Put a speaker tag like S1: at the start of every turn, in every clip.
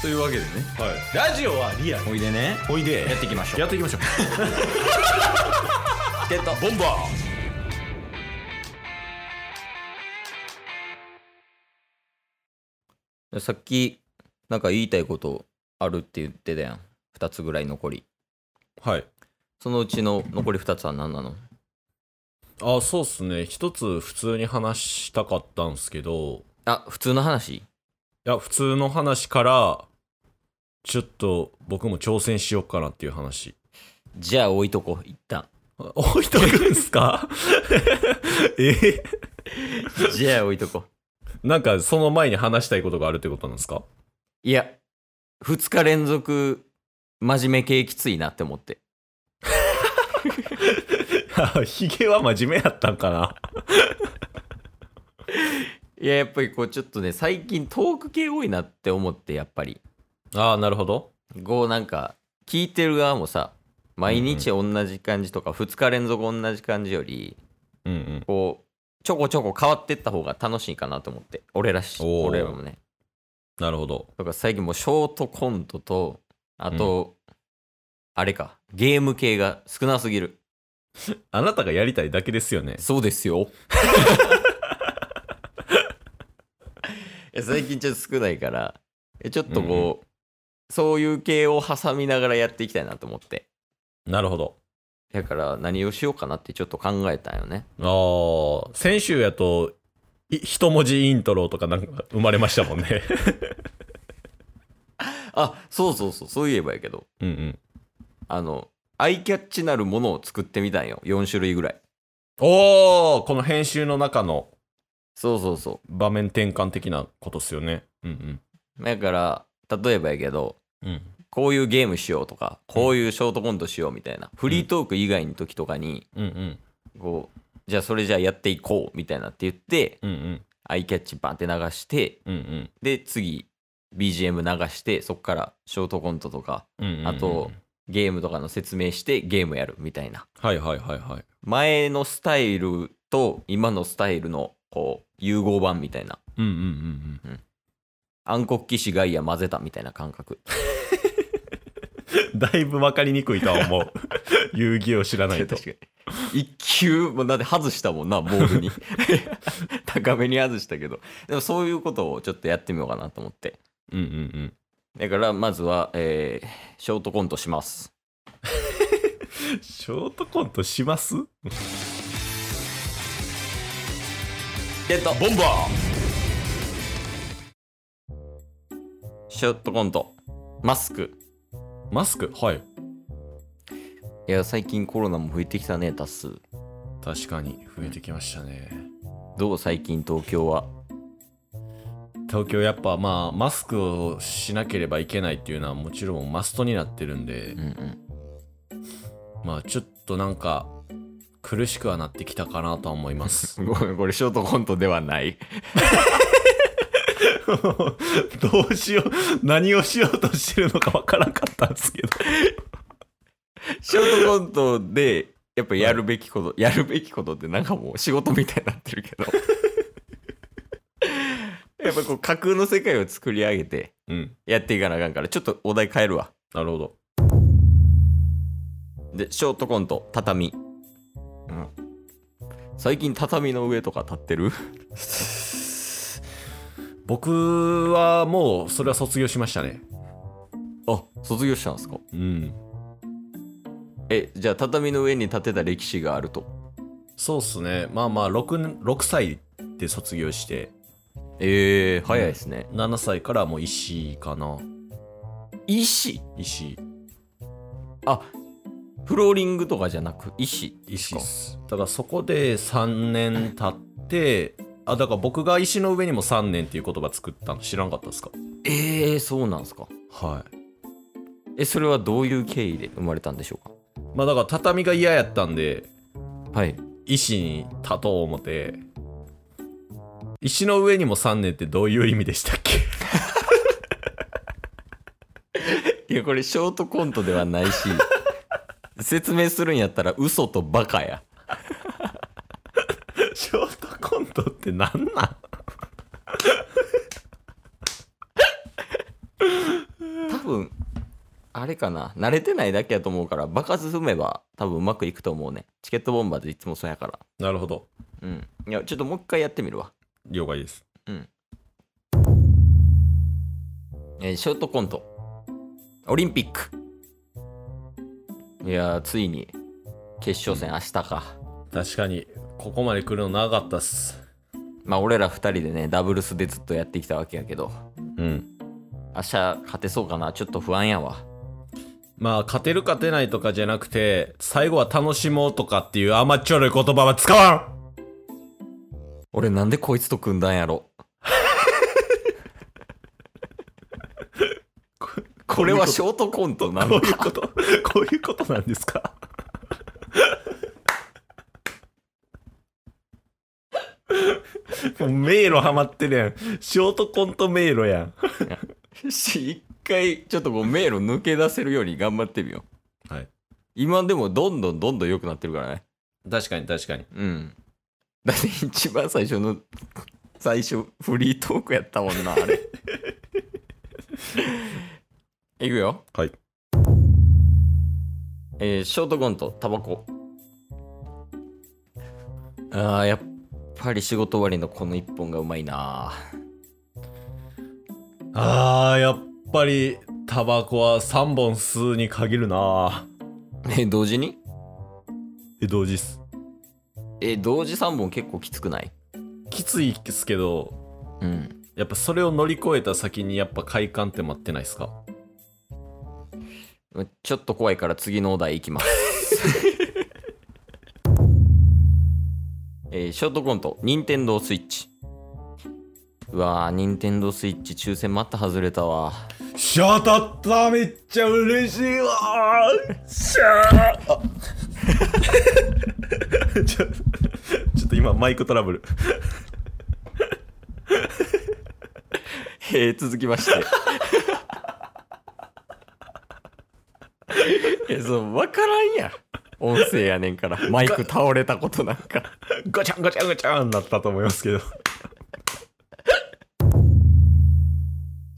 S1: というわけでね
S2: はい、ラジオはリアル
S1: おいでね
S2: おいで
S1: やっていきましょう
S2: やっていきましょう
S1: ってた
S2: ボンバ
S1: さっき、なんか言いたいことあるって言ってたやん。2つぐらい残り。
S2: ーはい
S1: そのうちの残り2つは何なの
S2: あそうっすね一つ普通に話したかったんすけど
S1: あ、普通の話
S2: いや普通の話からちょっと僕も挑戦しようかなっていう話
S1: じゃあ置いとこう、一旦。
S2: あ置いとくんす かえ
S1: じゃあ置いとこう。
S2: なんかその前に話したいことがあるってことなんですか
S1: いや、2日連続、真面目系きついなって思って。
S2: あ ヒゲは真面目やったんかない
S1: や、やっぱりこう、ちょっとね、最近トーク系多いなって思って、やっぱり。
S2: ああなるほど
S1: こう、なんか、聞いてる側もさ、毎日同じ感じとか、2日連続同じ感じより、
S2: うんうん
S1: こう、ちょこちょこ変わってった方が楽しいかなと思って。俺らし、
S2: おー
S1: 俺らもね。
S2: なるほど
S1: とか最近もうショートコントとあと、あれかゲーム系が少なすぎる
S2: あなたがやりたいだけですよね
S1: そうです よ最近ちょっと少ないからえちょっとこう、
S2: うん
S1: そういう系を挟みながらやっていきたいなと思って
S2: なるほど
S1: だから何をしようかなってちょっと考えたんよね
S2: ああ先週やとい一文字イントロとかなんか生まれましたもん ね
S1: あそうそうそうそういえばやけど
S2: うんうん
S1: あのアイキャッチなるものを作ってみたんよ4種類ぐらい
S2: おおこの編集の中の
S1: そうそうそ
S2: 場面転換的なことっすよねうん
S1: うだから例えばやけど
S2: うんうん
S1: こういうゲームしようとか、こういうショートコントしようみたいな、フリートーク以外の時とかに、
S2: うんうん
S1: こう、じゃあそれじゃあやっていこうみたいなって言って、
S2: うんうん
S1: アイキャッチバンって流して、
S2: うんうん
S1: で、次、BGM 流して、そっからショートコントとか、
S2: うんうんうん
S1: あと、ゲームとかの説明して、ゲームやるみたいな。
S2: はいはいはいはい
S1: 前のスタイルと今のスタイルの、こう、融合版みたいな。
S2: うんうんうん
S1: 暗黒騎士ガイア混ぜたみたいな感覚。
S2: うんだいぶ分かりにくいとは思 う遊戯を知らないと
S1: 確かに 一球もうだって外したもんなボールに 高めに外したけどでもそういうことをちょっとやってみようかなと思って
S2: うんうんうん
S1: だからまずは、えーショートコントします
S2: ショートコントしますボ
S1: ゲット
S2: ンバ
S1: ショートコントマスク
S2: ーマスクはい
S1: いや最近コロナも増えてきたね多数
S2: 確かに増えてきましたね
S1: どう最近東京は
S2: 東京やっぱまあマスクをしなければいけないっていうのはもちろんマストになってるんで、
S1: うんうん
S2: まあちょっとなんか苦しくはなってきたかなとは思います
S1: ごめんこれショートコントではない
S2: どうしよう何をしようとしてるのかわからなかったんですけど
S1: ショートコントでやっぱやるべきこと、やるべきことってなんかもう仕事みたいになってるけ どやっぱこう架空の世界を作り上げて
S2: うん
S1: やっていかなあかんからちょっとお題変えるわ
S2: なるほど
S1: でショートコント畳、うん、最近畳の上とか立ってる
S2: 僕はもうそれは卒業しましたね
S1: あ卒業したんですか
S2: うん
S1: えじゃあ畳の上に立てた歴史があると
S2: そうっすねまあまあ 6, 6歳で卒業して
S1: えー、早いですね、
S2: 7歳からもう石かな
S1: 石
S2: 石
S1: あフローリングとかじゃなく石
S2: 石っすだからそこで3年経ってあだから僕が石の上にも3年っていう言葉作ったの知らんかったですか
S1: えー、そうなんですか
S2: はい
S1: えそれはどういう経緯で生まれたんでしょう
S2: まあだから畳が嫌やったんで
S1: かはい
S2: 石に立とう思て石の上にも3年ってどういう意味でしたっけ
S1: いやこれショートコントではないし 説明するんやったら嘘とバカや
S2: ショートコントってなんなん
S1: あれかな慣れてないだけやと思うから場数踏めば多分うまくいくと思うねチケットボンバーでいつもそうやから
S2: なるほど。
S1: うんいやちょっともう一回やってみるわ
S2: 了解です。
S1: えーショートコントオリンピックいやーついに決勝戦明日か
S2: 確かに、ここまで来るのなかったっす。
S1: まあ俺ら2人でねダブルスでずっとやってきたわけやけど
S2: うん。
S1: 明日勝てそうかなちょっと不安やわ
S2: まあ、勝てる勝てないとかじゃなくて、最後は楽しもうとかっていう甘っちょろい言葉は使わん
S1: 俺なんでこいつと組んだんやろこれはショートコントなの
S2: こういうこと、こういうことなんですかもう迷路ハマってるやん。ショートコント迷路やん。
S1: し一回ちょっとこう迷路抜け出せるように頑張ってみよう
S2: はい
S1: 今でもどんどんどんどん良くなってるからね
S2: 確かに確かに。
S1: うんだって一番最初の最初フリートークやったもんなあれ いくよ
S2: はい
S1: えーショートコントタバコあーやっぱり仕事終わりのこの一本がうまいな
S2: あー、やっぱり、タバコは3本吸うに限るな
S1: え同時に
S2: え、同時っす。
S1: え同時3本結構きつくない
S2: きついっすけど、
S1: うん
S2: やっぱそれを乗り越えた先にやっぱ快感って待ってないっすか
S1: ちょっと怖いから次のお題いきます。 えーショートコント、任天堂スイッチ。うわー、任天堂スイッチ抽選また外れたわ。
S2: シャータっためっちゃ嬉しいわーシャーあちょちょっと今マイクトラブル
S1: えー続きまして。 えそう分からんやん音声やねんから マイク倒れたことなんか
S2: ガチャンガチャンガチャンなったと思いますけど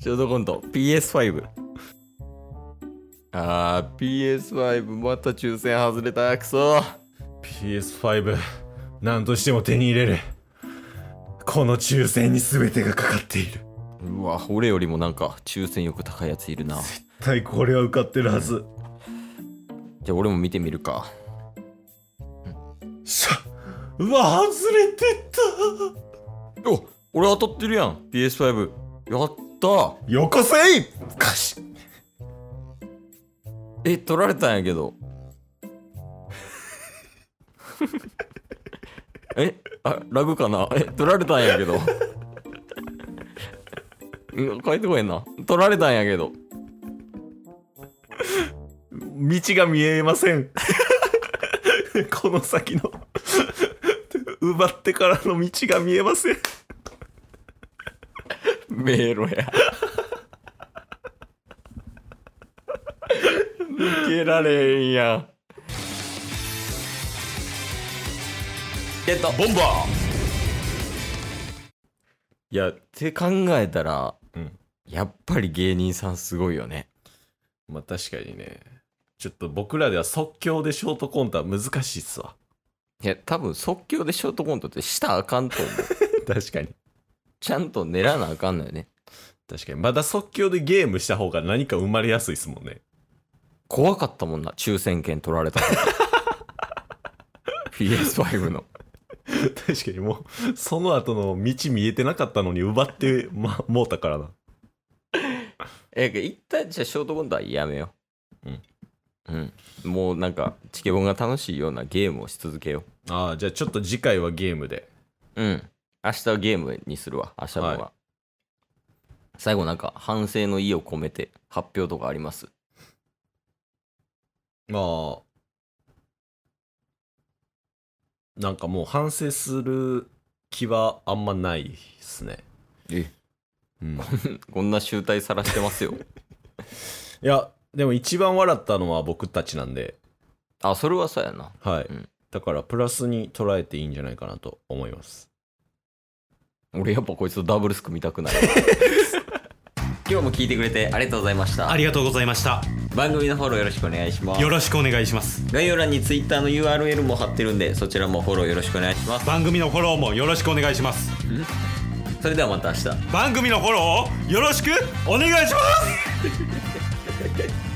S1: ショートコント PS5 あー PS5 また抽選外れたくそ
S2: PS5 何としても手に入れるこの抽選に全てがかかっている
S1: うわ俺よりもなんか抽選欲高いやついるな
S2: 絶対これは受かってるはず
S1: じゃあ俺も見てみるか
S2: シャうわ外れてった
S1: お俺当たってるやん PS5 やった
S2: よこせいガシ
S1: え取られたんやけ どえあラグかなえ取られたんやけ どうん帰ってこへんな取られたんやけど
S2: 道が見えません この先の 奪ってからの道が見えません
S1: 迷路や抜けられんやんゲット
S2: ボンバ
S1: いやって考えたら
S2: ーうん
S1: やっぱり芸人さんすごいよね
S2: まあ確かにねちょっと僕らでは即興でショートコントは難しいっすわ
S1: いや多分即興でショートコントってしたらあかんと思 う
S2: 確かに
S1: ちゃんと練らなあかんのよね
S2: 確かにまだ即興でゲームした方が何か生まれやすいっすもんね
S1: 怖かったもんな抽選券取られた 時 PS5 の
S2: 確かにもうその後の道見えてなかったのに奪って、ま、もうたからな
S1: え、一旦じゃあショートコントはやめよう。
S2: うん。
S1: うん。もうなんか、チケボンが楽しいようなゲームをし続けよ
S2: ああじゃあちょっと次回はゲームで
S1: う。うん。明日はゲームにするわ、明日分は。
S2: は
S1: 最後なんか、反省の意を込めて発表とかあります
S2: まあ、なんかもう反省する気はあんまないっすね。
S1: え
S2: うん、い
S1: こんな集大さらしてます よ。
S2: や、でも一番笑ったのは僕たちなんで、
S1: あ、それはそうやな。
S2: はい。
S1: うん
S2: だからプラスに捉えていいんじゃないかなと思います。
S1: 俺やっぱこいつとダブ ルス組みたくない。今日も聞いてくれてありがとうございました。
S2: りがとうございました。
S1: 番組のフォローよろしくお願いします
S3: よろしくお願いします
S1: 概要欄に Twitter の URL も貼ってるんでそちらもフォローよろしくお願いします
S3: 番組のフォローもよろしくお願いします
S1: それではまた明日
S3: 番組のフォローをよろしくお願いします